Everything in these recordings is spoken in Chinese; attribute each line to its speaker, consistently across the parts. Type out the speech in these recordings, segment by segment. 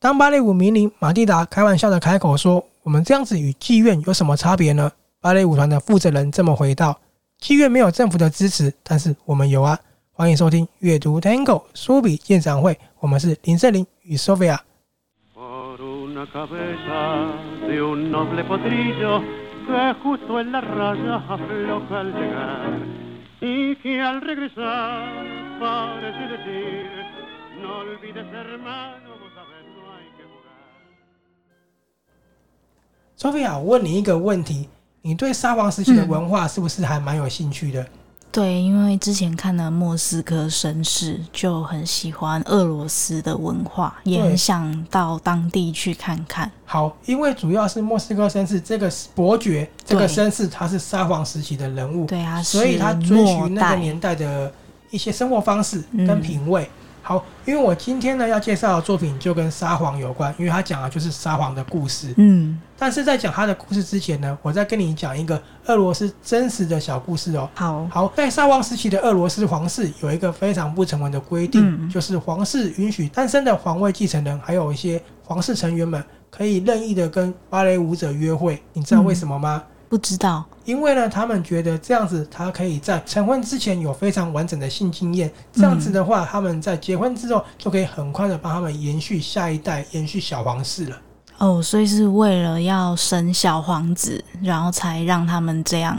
Speaker 1: 当芭蕾舞名伶马蒂达开玩笑的开口说：“我们这样子与妓院有什么差别呢？”芭蕾舞团的负责人这么回道：“妓院没有政府的支持，但是我们有啊。”欢迎收听阅读 Tango 书比鉴赏会，我们是林胜林与 Sophia。
Speaker 2: Por una cabeza de un noble potrillo que justo en la raya afloja al llegar y que al regresar parece decir, no olvides hermano, vos sabés no hay que jugar.
Speaker 1: Sophia，我问你一个问题：你对沙皇时期
Speaker 3: 嗯
Speaker 1: 的文化是不是还蛮有兴趣的？
Speaker 3: 对，因为之前看了《莫斯科绅士》，就很喜欢俄罗斯的文化，也
Speaker 1: 对
Speaker 3: 很想到当地去看看。
Speaker 1: 好，因为主要是莫斯科绅士这个伯爵，这个
Speaker 3: 对
Speaker 1: 绅士他是沙皇时期的人物，
Speaker 3: 对啊，
Speaker 1: 所以
Speaker 3: 是
Speaker 1: 他遵
Speaker 3: 末
Speaker 1: 循那
Speaker 3: 代
Speaker 1: 个年代的一些生活方式
Speaker 3: 嗯
Speaker 1: 跟品味。好，因为我今天呢要介绍的作品就跟沙皇有关，因为他讲的就是沙皇的故事。
Speaker 3: 嗯，
Speaker 1: 但是在讲他的故事之前呢，我再跟你讲一个俄罗斯真实的小故事哦。
Speaker 3: 好，
Speaker 1: 好，在沙皇时期的俄罗斯皇室有一个非常不成文的规定，
Speaker 3: 嗯
Speaker 1: 就是皇室允许单身的皇位继承人，还有一些皇室成员们可以任意的跟芭蕾舞者约会。你知道为什么吗？
Speaker 3: 不知道，
Speaker 1: 因为呢，他们觉得这样子，他可以在成婚之前有非常完整的性经验，这样子的话，他们在结婚之后就可以很快的帮他们延续下一代，延续小皇室了。
Speaker 3: 哦，所以是为了要生小皇子，然后才让他们这样。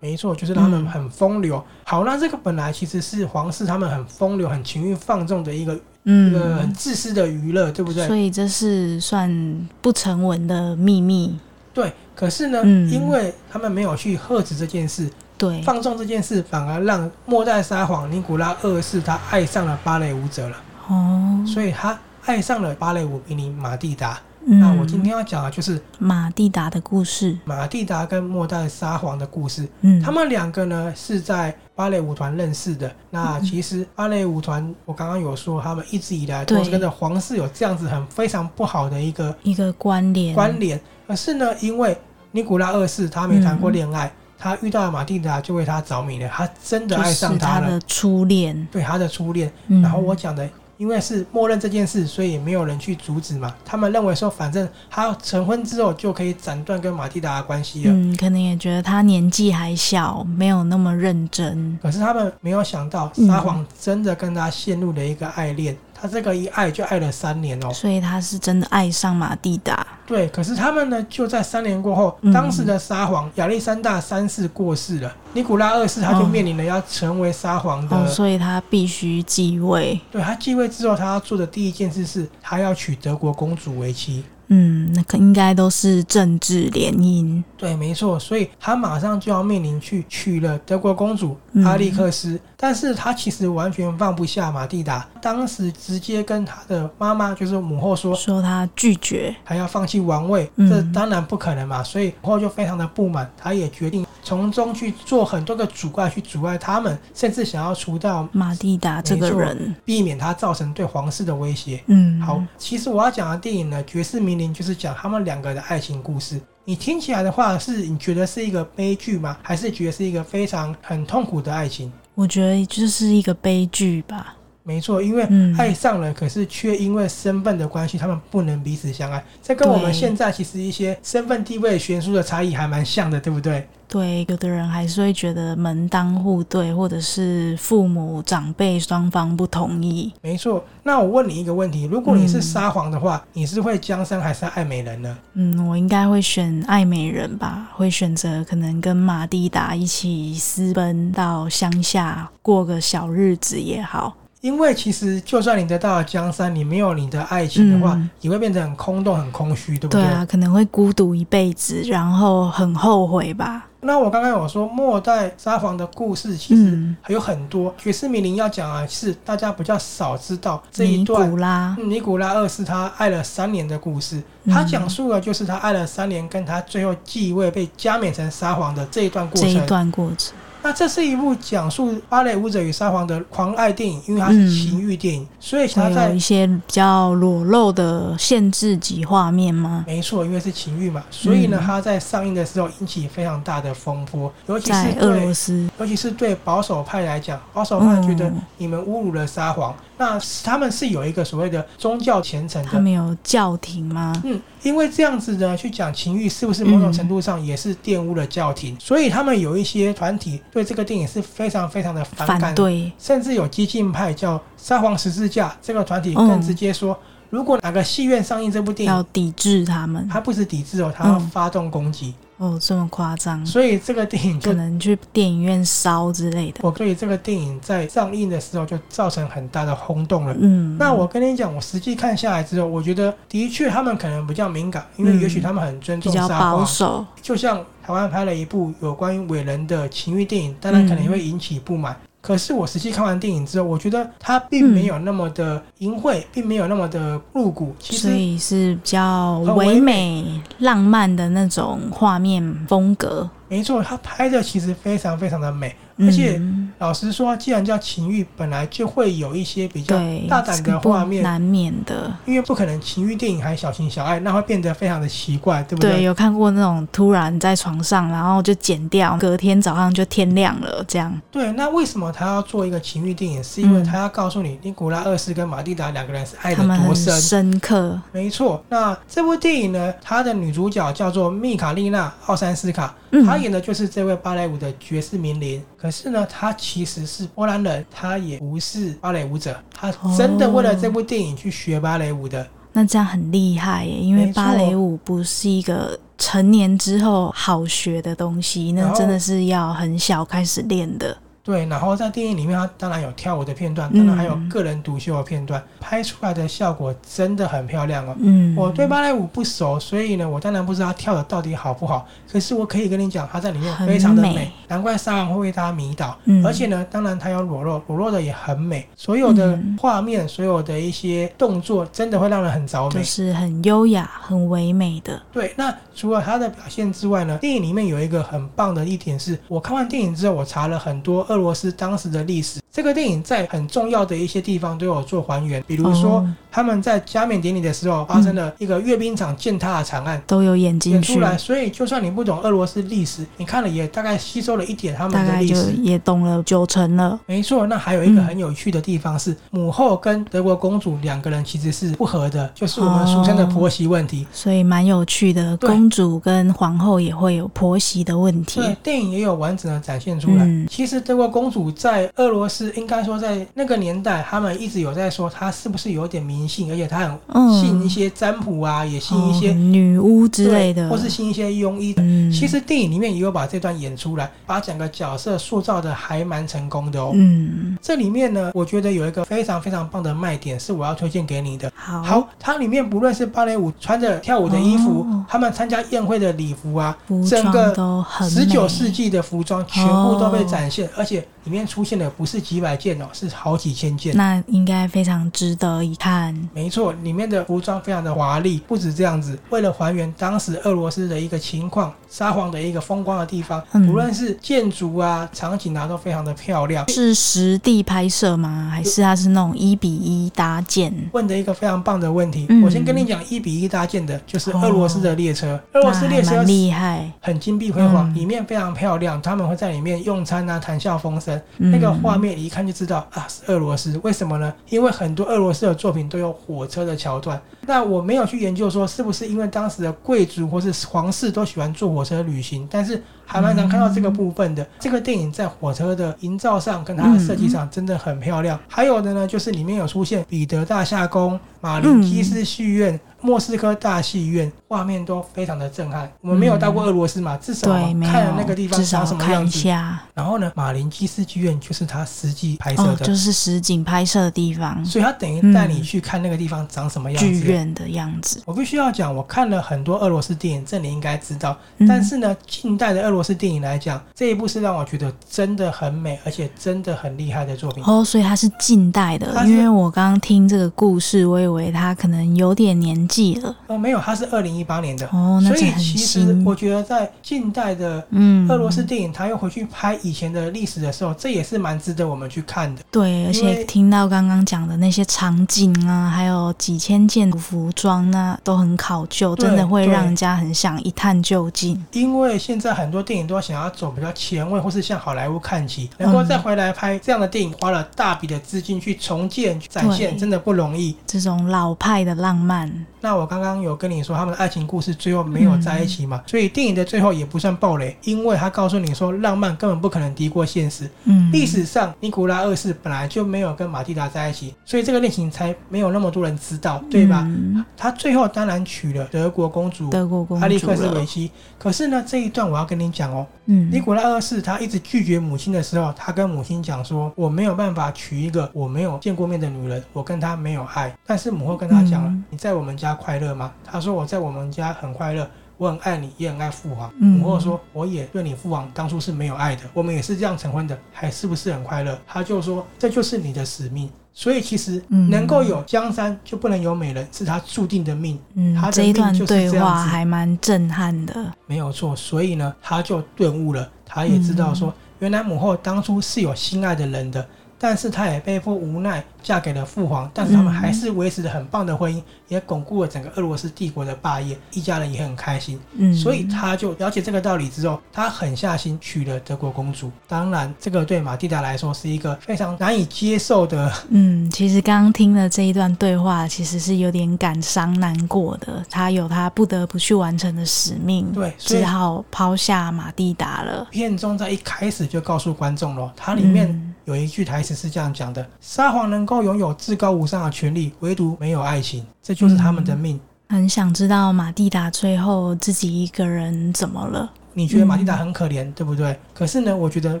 Speaker 1: 没错，就是他们
Speaker 3: 嗯
Speaker 1: 很风流。好，那这个本来其实是皇室他们很风流、很情欲放纵的一个、一个很
Speaker 3: 嗯，
Speaker 1: 自私的娱乐，对不对
Speaker 3: 所？以这是算不成文的秘密。
Speaker 1: 对。可是呢，
Speaker 3: 嗯
Speaker 1: 因为他们没有去呵止这件事，
Speaker 3: 对，
Speaker 1: 放纵这件事，反而让末代沙皇尼古拉二世他爱上了芭蕾舞者了，
Speaker 3: 哦，
Speaker 1: 所以他爱上了芭蕾舞名伶马蒂达。
Speaker 3: 嗯，
Speaker 1: 那我今天要讲的就是
Speaker 3: 马蒂达的故事，
Speaker 1: 马蒂达跟末代沙皇的故事。
Speaker 3: 嗯，
Speaker 1: 他们两个呢是在芭蕾舞团认识的。那其实芭蕾舞团，我刚刚有说，他们一直以来都是
Speaker 3: 对
Speaker 1: 跟着皇室有这样子很非常不好的一个
Speaker 3: 一个关联，
Speaker 1: 关联。可是呢，因为尼古拉二世他没谈过恋
Speaker 3: 嗯
Speaker 1: 爱，他遇到了马蒂达就为他着迷了，他真的
Speaker 3: 就
Speaker 1: 爱
Speaker 3: 是
Speaker 1: 上
Speaker 3: 他
Speaker 1: 她了，
Speaker 3: 的初恋。
Speaker 1: 对他的初恋。
Speaker 3: 嗯
Speaker 1: 然后我讲的，因为是默认这件事，所以没有人去阻止嘛。他们认为说，反正他成婚之后就可以斩断跟马蒂达的关系了。
Speaker 3: 嗯，可能也觉得他年纪还小，没有那么认真。
Speaker 1: 可是他们没有想到，撒谎真的跟他陷入了一个爱恋，他这个一爱就爱了三年哦。
Speaker 3: 所以他是真的爱上马蒂达，
Speaker 1: 对，可是他们呢，就在三年过后，
Speaker 3: 嗯
Speaker 1: 当时的沙皇亚历山大三世过世了，尼古拉二世他就
Speaker 3: 哦
Speaker 1: 面临了要成为沙皇的。
Speaker 3: 哦，所以他必须继位。
Speaker 1: 对他继位之后，他要做的第一件事是，他要娶德国公主为妻。
Speaker 3: 嗯，那可应该都是政治联姻。
Speaker 1: 对，没错，所以他马上就要面临去娶了德国公主
Speaker 3: 嗯
Speaker 1: 哈利克斯，但是他其实完全放不下马蒂达，当时直接跟他的妈妈，就是母后说，
Speaker 3: 说他拒绝，
Speaker 1: 还要放弃王位，
Speaker 3: 嗯
Speaker 1: 这当然不可能嘛。所以后就非常的不满，他也决定从中去做很多个阻碍，去阻碍他们，甚至想要除掉，
Speaker 3: 马蒂达这个
Speaker 1: 没错
Speaker 3: 人，
Speaker 1: 避免他造成对皇室的威胁。
Speaker 3: 嗯，
Speaker 1: 好，，其实我要讲的电影呢，《绝世名伶》就是讲他们两个的爱情故事。你听起来的话，是你觉得是一个悲剧吗？还是觉得是一个非常很痛苦的爱情？
Speaker 3: 我觉得就是一个悲剧吧。
Speaker 1: 没错，因为
Speaker 3: 嗯
Speaker 1: 爱上了，可是却因为身份的关系，他们不能彼此相爱。这跟我们
Speaker 3: 对
Speaker 1: 现在其实一些身份地位悬殊的差异还蛮像的，对不对？
Speaker 3: 对，有的人还是会觉得门当户对，或者是父母长辈双方不同意。
Speaker 1: 没错。那我问你一个问题：如果你是
Speaker 3: 嗯
Speaker 1: 沙皇的话，你是会江山还是爱美人呢？
Speaker 3: 嗯，我应该会选爱美人吧，会选择可能跟马蒂达一起私奔到乡下过个小日子也好。
Speaker 1: 因为其实就算你得到了江山，你没有你的爱情的话，
Speaker 3: 嗯
Speaker 1: 也会变得很空洞、很空虚，对不
Speaker 3: 对
Speaker 1: 对？
Speaker 3: 啊，可能会孤独一辈子，然后很后悔吧。
Speaker 1: 那我刚刚有说末代沙皇的故事，其实
Speaker 3: 嗯，
Speaker 1: 还有很多。爵士米林要讲啊，是大家比较少知道这一
Speaker 3: 尼
Speaker 1: 段
Speaker 3: 古。拉，
Speaker 1: 嗯尼古拉二世他爱了三年的故事，
Speaker 3: 嗯
Speaker 1: 他讲述了就是他爱了三年，跟他最后继位被加冕成沙皇的这一段过
Speaker 3: 这
Speaker 1: 程。
Speaker 3: 一段过程，
Speaker 1: 那这是一部讲述芭蕾舞者与沙皇的狂爱电影，因为它是
Speaker 3: 嗯哎
Speaker 1: 情欲电影，所以他
Speaker 3: 会有
Speaker 1: 在
Speaker 3: 一些比较裸露的限制级画面吗？
Speaker 1: 没错，因为是情欲嘛，所以呢，
Speaker 3: 嗯
Speaker 1: 它在上映的时候引起非常大的风波，尤其是
Speaker 3: 在俄
Speaker 1: 对
Speaker 3: 罗斯，
Speaker 1: 尤其是对保守派来讲，保守派觉得
Speaker 3: 嗯
Speaker 1: 你们侮辱了沙皇，那他们是有一个所谓的宗教虔诚
Speaker 3: 他
Speaker 1: 的。
Speaker 3: 们有教廷吗？
Speaker 1: 嗯，因为这样子呢，去讲情欲，是不是某种
Speaker 3: 嗯
Speaker 1: 程度上也是玷污了教廷？所以他们有一些团体对这个电影是非常非常的反感的
Speaker 3: 反对，
Speaker 1: 甚至有激进派叫“沙皇十字架”这个团体更
Speaker 3: 嗯
Speaker 1: 直接说，如果哪个戏院上映这部电
Speaker 3: 要
Speaker 1: 影，
Speaker 3: 抵制他们。
Speaker 1: 他不是抵制哦，他要
Speaker 3: 嗯
Speaker 1: 发动攻击。
Speaker 3: 哦，这么夸张，
Speaker 1: 所以这个电影
Speaker 3: 可
Speaker 1: 就，
Speaker 3: 能去电影院烧之类的。
Speaker 1: 我对这个电影在上映的时候就造成很大的轰动了。
Speaker 3: 嗯，
Speaker 1: 那我跟你讲，我实际看下来之后，我觉得的确他们可能比较敏感，因为
Speaker 3: 嗯
Speaker 1: 也许他们很尊
Speaker 3: 比
Speaker 1: 重
Speaker 3: 较
Speaker 1: 沙
Speaker 3: 保
Speaker 1: 皇。
Speaker 3: 守，
Speaker 1: 就像台湾拍了一部有关于伟人的情欲电影，当然可能也会
Speaker 3: 嗯
Speaker 1: 引起不满。可是我实际看完电影之后，我觉得它并
Speaker 3: 嗯
Speaker 1: 没有那么的淫秽，并没有那么的露骨。其
Speaker 3: 所
Speaker 1: 实
Speaker 3: 以是比较
Speaker 1: 很唯
Speaker 3: 唯美浪漫的那种画面风格。
Speaker 1: 没错，它拍的其实非常非常的美。
Speaker 3: 嗯
Speaker 1: 而且老实说，既然叫情欲，本来就会有一些比较
Speaker 3: 对
Speaker 1: 大胆
Speaker 3: 这
Speaker 1: 的
Speaker 3: 个不
Speaker 1: 画面，
Speaker 3: 难免的。
Speaker 1: 因为不可能情欲电影还小情小爱，那会变得非常的奇怪，对不
Speaker 3: 对，有看过那种突然在床上，然后就剪掉，隔天早上就天亮了，这样。
Speaker 1: 对，那为什么他要做一个情欲电影？是因为
Speaker 3: 嗯
Speaker 1: 他要告诉你，尼古拉二世跟马蒂达两个人是爱
Speaker 3: 他
Speaker 1: 的
Speaker 3: 们
Speaker 1: 多
Speaker 3: 很
Speaker 1: 深。
Speaker 3: 深刻，
Speaker 1: 没错，那这部电影呢，它的女主角叫做密卡丽娜·奥珊斯卡，
Speaker 3: 嗯
Speaker 1: 她演的就是这位芭蕾舞的爵士名伶。可是呢，她其实是波兰人，她也不是芭蕾舞者，她真的为了这部电影去学芭蕾舞的。
Speaker 3: 那这样很厉害耶，因为
Speaker 1: 没错
Speaker 3: 芭蕾舞不是一个成年之后好学的东西，
Speaker 1: 然
Speaker 3: 那
Speaker 1: 后
Speaker 3: 真的是要很小开始练的。
Speaker 1: 对，然后在电影里面，它当然有跳舞的片段，当然还有
Speaker 3: 嗯
Speaker 1: 个人独秀的片段，拍出来的效果真的很漂亮哦。
Speaker 3: 嗯，
Speaker 1: 我对芭蕾舞不熟，所以呢，我当然不知道她跳的到底好不好。可是我可以跟你讲，她在里面非常的美，
Speaker 3: 很美
Speaker 1: 难怪沙皇会为她迷倒。
Speaker 3: 嗯
Speaker 1: 而且呢，当然她有裸露，裸露的也很美。所有的
Speaker 3: 嗯
Speaker 1: 画面，所有的一些动作，真的会让人很着迷
Speaker 3: 就。是很优雅、很唯美的。
Speaker 1: 对，那除了她的表现之外呢，电影里面有一个很棒的一点是，我看完电影之后，我查了很多俄罗斯当时的历史。这个电影在很重要的一些地方都有做还原，比如说、
Speaker 3: 哦
Speaker 1: 他们在加冕典礼的时候发生了一个阅兵场践踏的惨案。
Speaker 3: 都有演进
Speaker 1: 演
Speaker 3: 去
Speaker 1: 出，来，所以就算你不懂俄罗斯历史，你看了也大概吸收了一点他
Speaker 3: 大
Speaker 1: 们的
Speaker 3: 概
Speaker 1: 历
Speaker 3: 就
Speaker 1: 史。
Speaker 3: 也懂了九成了。
Speaker 1: 没错，那还有一个
Speaker 3: 嗯
Speaker 1: 很有趣的地方是，母后跟德国公主两个人其实是不合的，就是我们俗称的
Speaker 3: 哦
Speaker 1: 婆媳问题。
Speaker 3: 所以蛮有趣的，
Speaker 1: 对
Speaker 3: 公主跟皇后也会有婆媳的问题。
Speaker 1: 对，电影也有完整的展现出来。
Speaker 3: 嗯
Speaker 1: 其实德国公主在俄罗斯，应该说在那个年代，他们一直有在说她是不是有点迷信，而且她很
Speaker 3: 嗯
Speaker 1: 信一些占卜啊，也信一些、
Speaker 3: 哦女巫之类的，
Speaker 1: 对或是信一些庸医。
Speaker 3: 嗯，
Speaker 1: 其实电影里面也有把这段演出来，把整个角色塑造的还蛮成功的哦。
Speaker 3: 嗯，
Speaker 1: 这里面呢，我觉得有一个非常非常棒的卖点，是我要推荐给你的。
Speaker 3: 好，
Speaker 1: 好，它里面不论是芭蕾舞穿着跳舞的衣服，
Speaker 3: 哦
Speaker 1: 他们参加宴会的礼服啊，
Speaker 3: 服
Speaker 1: 整
Speaker 3: 装
Speaker 1: 个
Speaker 3: 都很
Speaker 1: 十九
Speaker 3: 美哦
Speaker 1: 世纪的服装全部都被展现，而且里面出现的不是几百件哦，是好几千件。
Speaker 3: 那应该非常值得一看。
Speaker 1: 没错，里面的服装非常的华丽。不止这样子，为了还原当时俄罗斯的一个情况，沙皇的一个风光的地方，
Speaker 3: 嗯
Speaker 1: 无论是建筑啊、场景啊，都非常的漂亮。
Speaker 3: 是实地拍摄吗？还是它是那种一比一搭建？
Speaker 1: 问的一个非常棒的问题，
Speaker 3: 嗯哦
Speaker 1: 我先跟你讲，一比一搭建的就是俄罗斯的列车，俄罗斯
Speaker 3: 那
Speaker 1: 列
Speaker 3: 还
Speaker 1: 车
Speaker 3: 蛮厉害，
Speaker 1: 很金碧辉煌，
Speaker 3: 嗯
Speaker 1: 里面非常漂亮，他们会在里面用餐啊，谈笑风生，
Speaker 3: 嗯
Speaker 1: 那个画面一看就知道啊是俄罗斯。为什么呢？因为很多俄罗斯的作品都有火车的桥段。那我没有去研究说是不是因为当时的贵族或是皇室都喜欢坐火车旅行，但是还蛮常看到这个部分的。这个电影在火车的营造上跟它的设计上真的很漂亮。还有的呢，就是里面有出现彼得大夏宫、马林基斯戏院。莫斯科大戏院画面都非常的震撼，我们没有到过俄罗斯嘛，至少
Speaker 3: 对，没有
Speaker 1: 看了那个地方
Speaker 3: 至
Speaker 1: 长
Speaker 3: 少
Speaker 1: 什么
Speaker 3: 看
Speaker 1: 样
Speaker 3: 一
Speaker 1: 子。
Speaker 3: 下
Speaker 1: 然后呢，马林基斯剧院就是他实际拍摄
Speaker 3: 哦，
Speaker 1: 的，
Speaker 3: 就是实景拍摄的地方，
Speaker 1: 所以他等于
Speaker 3: 嗯
Speaker 1: 带你去看那个地方长什么样
Speaker 3: 剧
Speaker 1: 子。
Speaker 3: 院的样子。
Speaker 1: 我必须要讲，我看了很多俄罗斯电影，这你应该知道。
Speaker 3: 嗯
Speaker 1: 但是呢，近代的俄罗斯电影来讲，这一部是让我觉得真的很美，而且真的很厉害的作品。
Speaker 3: 哦，所以它是近代
Speaker 1: 它
Speaker 3: 的，
Speaker 1: 是
Speaker 3: 因为我刚刚听这个故事，我以为它可能有点年纪了。
Speaker 1: 哦，没有，它是二零一八年的，
Speaker 3: 哦，那
Speaker 1: 所
Speaker 3: 这
Speaker 1: 以
Speaker 3: 很
Speaker 1: 其实
Speaker 3: 新。
Speaker 1: 我觉得在近代的
Speaker 3: 嗯，
Speaker 1: 俄罗斯电影他又回去拍以前的历史的时候，这也是蛮值得我们去看的。
Speaker 3: 对，而
Speaker 1: 因为
Speaker 3: 且听到刚刚讲的那些场景啊，还有几千件服装呢、都很考究，
Speaker 1: 对
Speaker 3: 真的会
Speaker 1: 对
Speaker 3: 让人家很想一探究竟。
Speaker 1: 因为现在很多电影都想要走比较前卫，或是向好莱坞看齐，能够再回来拍这样的电影，花了大笔的资金去重建、去展现，
Speaker 3: 对
Speaker 1: 真的不容易。
Speaker 3: 这种老派的浪漫，
Speaker 1: 那我刚刚有跟你说，他们的爱情故事最后没有在一起嘛，所以电影的最后也不算暴雷，因为他告诉你说，浪漫根本不可能敌过现实。
Speaker 3: 嗯，
Speaker 1: 历史上，尼古拉二世本来就没有跟马蒂达在一起，所以这个恋情才没有那么多人知道，对吧？
Speaker 3: 嗯
Speaker 1: 他最后当然娶了德国公主
Speaker 3: 德国公
Speaker 1: 阿历
Speaker 3: 主啊
Speaker 1: 克斯维
Speaker 3: 了，
Speaker 1: 希。可是呢，这一段我要跟你讲哦，
Speaker 3: 嗯
Speaker 1: 尼古拉二世他一直拒绝母亲的时候，他跟母亲讲说：“我没有办法娶一个我没有见过面的女人，我跟她没有爱。”但是母后跟他讲了：“
Speaker 3: 嗯
Speaker 1: 你在我们家快乐吗？”他说：“我在我们家很快乐，我很爱你，也很爱父皇。
Speaker 3: 嗯
Speaker 1: 母后说：“我也对你父皇当初是没有爱的，我们也是这样成婚的，还是不是很快乐？”他就说：“这就是你的使命。”所以其实
Speaker 3: 嗯
Speaker 1: 能够有江山就不能有美人，是他注定的命。
Speaker 3: 嗯
Speaker 1: 他，的
Speaker 3: 这一段
Speaker 1: 命就是
Speaker 3: 对
Speaker 1: 这样
Speaker 3: 话
Speaker 1: 子
Speaker 3: 还蛮震撼的，
Speaker 1: 没有错，所以呢，他就顿悟了，他也知道说，原来母后当初是有心爱的人的，但是她也被迫无奈嫁给了父皇，但是他们还是维持着很棒的婚姻，也巩固了整个俄罗斯帝国的霸业，一家人也很开心。
Speaker 3: 嗯，
Speaker 1: 所以他就了解这个道理之后，他狠下心娶了德国公主。当然，这个对马蒂达来说是一个非常难以接受的
Speaker 3: 嗯，其实刚刚听了这一段对话，其实是有点感伤难过的。他有他不得不去完成的使命，
Speaker 1: 对所以
Speaker 3: 只好抛下马蒂达了。
Speaker 1: 片中在一开始就告诉观众了，它里面
Speaker 3: 嗯
Speaker 1: 有一句台词是这样讲的：“沙皇能够拥有至高无上的权利，唯独没有爱情，这就是他们的命。
Speaker 3: 很想知道马蒂达最后自己一个人怎么了。
Speaker 1: 你觉得马蒂达很可怜，对不对？可是呢，我觉得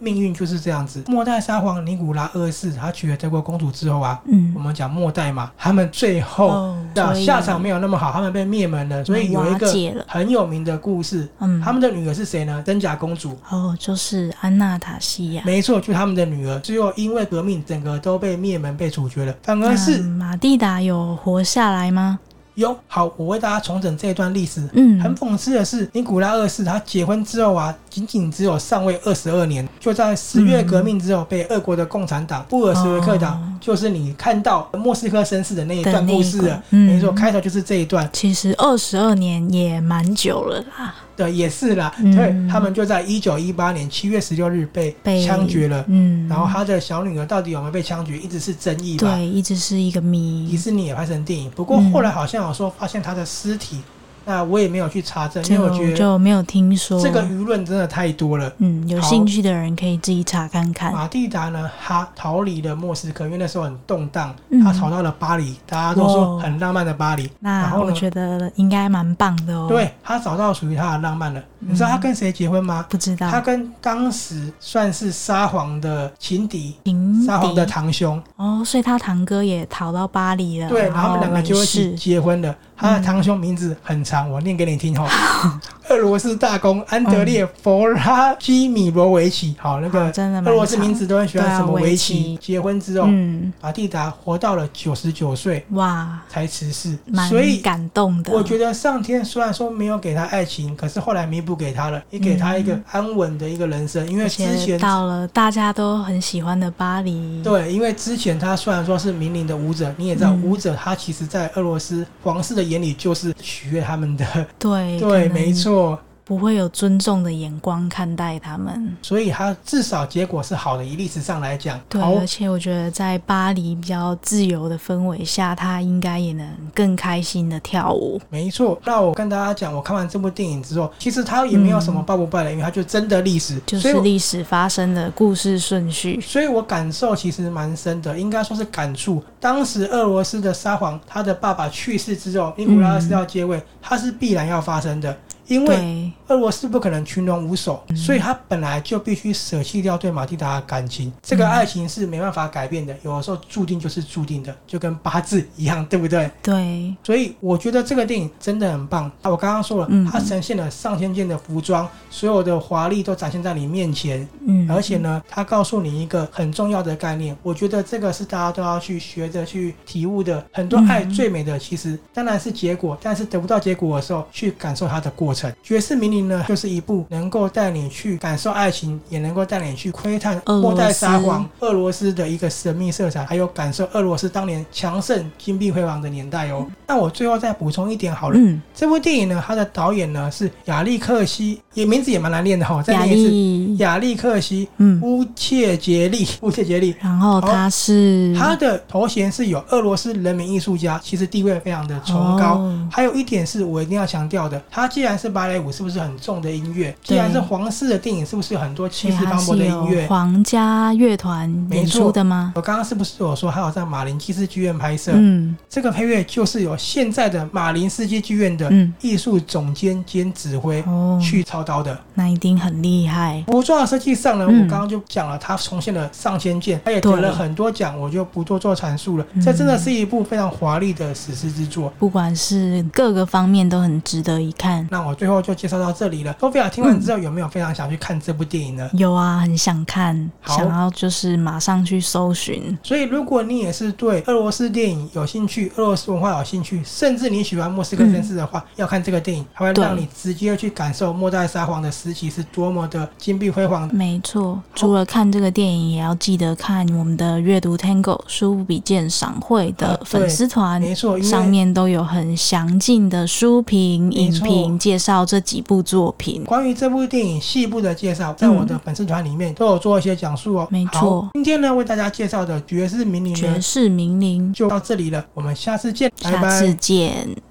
Speaker 1: 命运就是这样子。末代沙皇尼古拉二世他娶了德国公主之后啊，
Speaker 3: 嗯
Speaker 1: 我，们讲末代嘛，他们最后
Speaker 3: 哦
Speaker 1: 的
Speaker 3: 所以
Speaker 1: 下场没有那么好，他们被灭门了。所以有一
Speaker 3: 嗯瓦
Speaker 1: 个
Speaker 3: 解了
Speaker 1: 很有名的故事，
Speaker 3: 嗯
Speaker 1: 他们的女儿是谁呢？真假公主。
Speaker 3: 哦，就是安娜塔西亚。
Speaker 1: 没错，就是他们的女儿，最后因为革命，整个都被灭门、被处决了。反而
Speaker 3: 那
Speaker 1: 是
Speaker 3: 马蒂达有活下来吗？
Speaker 1: 有好，我为大家重整这一段历史。
Speaker 3: 嗯，
Speaker 1: 很讽刺的是，尼古拉二世他结婚之后啊，仅仅只有上位二十二年，就在十月革命之后被俄国的共产党布尔什维克党，
Speaker 3: 哦
Speaker 1: 就是你看到莫斯科绅士的那一
Speaker 3: 的
Speaker 1: 段
Speaker 3: 那
Speaker 1: 欸故
Speaker 3: 一
Speaker 1: 事啊了
Speaker 3: 段。嗯
Speaker 1: 没错，开头就是这一段。
Speaker 3: 其实二十二年也蛮久了啦，
Speaker 1: 对，也是啦。
Speaker 3: 嗯
Speaker 1: 对，他们就在一九一八年七月十六日被
Speaker 3: 被
Speaker 1: 枪决了。
Speaker 3: 嗯，
Speaker 1: 然后他的小女儿到底有没有被枪决，一直是争议吧。
Speaker 3: 对嗯一直是一个谜
Speaker 1: 迪。士尼也拍成电影，不过后来好像有说发现他的尸体，那我也没有去查证，因
Speaker 3: 这
Speaker 1: 为
Speaker 3: 个
Speaker 1: 我觉
Speaker 3: 我
Speaker 1: 得
Speaker 3: 就没有听说。
Speaker 1: 这个舆论真的太多了。
Speaker 3: 嗯，有
Speaker 1: 好啊
Speaker 3: 兴趣的人可以自己查看看。
Speaker 1: 马蒂达呢，他逃离了莫斯科，因为那时候很动荡，
Speaker 3: 嗯
Speaker 1: 他逃到了巴黎，大家都说
Speaker 3: 哇
Speaker 1: 很浪漫的巴黎。然
Speaker 3: 那
Speaker 1: 后
Speaker 3: 我
Speaker 1: 呢，
Speaker 3: 觉得应该蛮棒的哦。，嗯
Speaker 1: 对他找到属于他的浪漫了。你知道他跟谁结婚吗？
Speaker 3: 不知道
Speaker 1: 他跟当时算是沙皇的情敌，
Speaker 3: 情
Speaker 1: 沙皇
Speaker 3: 嗯敌
Speaker 1: 的堂兄。
Speaker 3: 哦，所以他堂哥也逃到巴黎了。哦
Speaker 1: 对，然后他们两个就
Speaker 3: 没
Speaker 1: 一起
Speaker 3: 事。
Speaker 1: 结婚了。他的堂兄名字很长，我念给你听哈。 俄罗斯大公安德烈·弗拉基米罗维奇，好，那个
Speaker 3: 好哦真的蛮
Speaker 1: 俄罗斯名字都哦很喜欢
Speaker 3: 长
Speaker 1: 什么
Speaker 3: 对啊
Speaker 1: 维
Speaker 3: 围
Speaker 1: 奇。
Speaker 3: 棋
Speaker 1: 结婚之后，
Speaker 3: 嗯，
Speaker 1: 马蒂达活到了九十九岁
Speaker 3: 哇，
Speaker 1: 才辞世，
Speaker 3: 蛮
Speaker 1: 所以
Speaker 3: 感动的。
Speaker 1: 我觉得上天虽然说没有给他爱情，可是后来弥补给他了，也给他一个安稳的一个人生，因为
Speaker 3: 而
Speaker 1: 之
Speaker 3: 且
Speaker 1: 前。
Speaker 3: 到了大家都很喜欢的巴黎。，
Speaker 1: 对，因为之前他虽然说是民营的舞者，你也知道，
Speaker 3: 嗯
Speaker 1: 舞者他其实在俄罗斯皇室的眼里就是取悦他们的
Speaker 3: 对
Speaker 1: 对，没，错，
Speaker 3: 不会有尊重的眼光看待他们。
Speaker 1: 所以他至少结果是好的。以历史上来讲，
Speaker 3: 对，
Speaker 1: 好
Speaker 3: 而且我觉得在巴黎比较自由的氛围下，他应该也能更开心的跳舞。
Speaker 1: 没错。那我跟大家讲，我看完这部电影之后，其实他也没有什么败不败的，因为他就真的历史，
Speaker 3: 嗯就
Speaker 1: 所以
Speaker 3: 是
Speaker 1: 我
Speaker 3: 历史发生的故事顺序。
Speaker 1: 所以我感受其实蛮深的，应该说是感触。当时俄罗斯的沙皇他的爸爸去世之后，尼古拉二世要接位，他是必然要发生的，因为嗯
Speaker 3: 对，
Speaker 1: 俄罗斯不可能群龙无首，所以他本来就必须舍弃掉对马蒂达的感情。这个爱情是没办法改变的，有的时候注定就是注定的，就跟八字一样，对不对？
Speaker 3: 对，
Speaker 1: 所以我觉得这个电影真的很棒。啊，我刚刚说了
Speaker 3: 嗯，
Speaker 1: 它呈现了上千件的服装，所有的华丽都展现在你面前。
Speaker 3: 嗯，
Speaker 1: 而且呢，它告诉你一个很重要的概念，我觉得这个是大家都要去学着去体悟的。很多爱
Speaker 3: 嗯
Speaker 1: 最美的，其实当然是结果，但是得不到结果的时候，去感受它的过程。爵士民林呢，就是一部能够带你去感受爱情，也能够带你去窥探
Speaker 3: 俄罗斯
Speaker 1: 末代沙皇俄罗斯的一个神秘色彩，还有感受俄罗斯当年强盛、金碧辉煌的年代哦。那我最后再补充一点好了，
Speaker 3: 嗯，
Speaker 1: 这部电影呢，它的导演呢是亚历克西，也名字也蛮难念的哈、哦，再
Speaker 3: 雅
Speaker 1: 念一次，
Speaker 3: 丽，
Speaker 1: 亚历克西
Speaker 3: 嗯，
Speaker 1: 乌切杰利，乌切杰利。
Speaker 3: 然后他是
Speaker 1: 哦
Speaker 3: 哦
Speaker 1: 他的头衔是有俄罗斯人民艺术家，其实地位非常的崇高。
Speaker 3: 哦
Speaker 1: 还有一点是我一定要强调的，它既然是芭蕾舞，是不是很重的音乐？既然是皇室的电影，是不是有很多气
Speaker 3: 所以
Speaker 1: 势
Speaker 3: 他
Speaker 1: 磅礴
Speaker 3: 是
Speaker 1: 的
Speaker 3: 有
Speaker 1: 音乐？
Speaker 3: 皇家乐团演出的吗？
Speaker 1: 我刚刚是不是有说还有在马林基斯剧院拍摄？
Speaker 3: 嗯
Speaker 1: 这个配乐就是有现在的马林斯基剧院的
Speaker 3: 嗯，
Speaker 1: 艺术总监兼指挥
Speaker 3: 哦，
Speaker 1: 去操刀的。
Speaker 3: 那一定很厉害。
Speaker 1: 服装的设计上呢，
Speaker 3: 嗯
Speaker 1: 我刚刚就讲了，它重现了上千件，它也得
Speaker 3: 对
Speaker 1: 了很多奖，我就不多做阐述了
Speaker 3: 嗯。
Speaker 1: 这真的是一部非常华丽的史诗之作。
Speaker 3: 不管是各个方面都很值得一看。
Speaker 1: 那我最后就介绍到这里了。索菲亚听完之后，有没有非常想去看这部电影呢？
Speaker 3: 有啊，很想看，
Speaker 1: 好
Speaker 3: 想要就是马上去搜寻。
Speaker 1: 所以，如果你也是对俄罗斯电影有兴趣，俄罗斯文化有兴趣，甚至你喜欢莫斯科绅士的话，要看这个电影，它会
Speaker 3: 嗯对
Speaker 1: 让你直接去感受末代沙皇的时期是多么的金碧辉煌的。
Speaker 3: 没错，除了看这个电影，也要记得看我们的阅读 Tango 书笔鉴赏会的
Speaker 1: 啊
Speaker 3: 粉丝团，
Speaker 1: 没错，因为
Speaker 3: 上面都有很详尽的书评、
Speaker 1: 没
Speaker 3: 影
Speaker 1: 错
Speaker 3: 评介绍这几部作品。
Speaker 1: 关于这部电影细部的介绍，在我的粉丝团里面都有做一些讲述哦。
Speaker 3: 没错
Speaker 1: 好，今天呢为大家介绍的《爵士名伶》
Speaker 3: 爵
Speaker 1: 呢
Speaker 3: 士名伶，
Speaker 1: 就到这里了，我们下次见，拜
Speaker 3: 下
Speaker 1: 拜
Speaker 3: 次。见。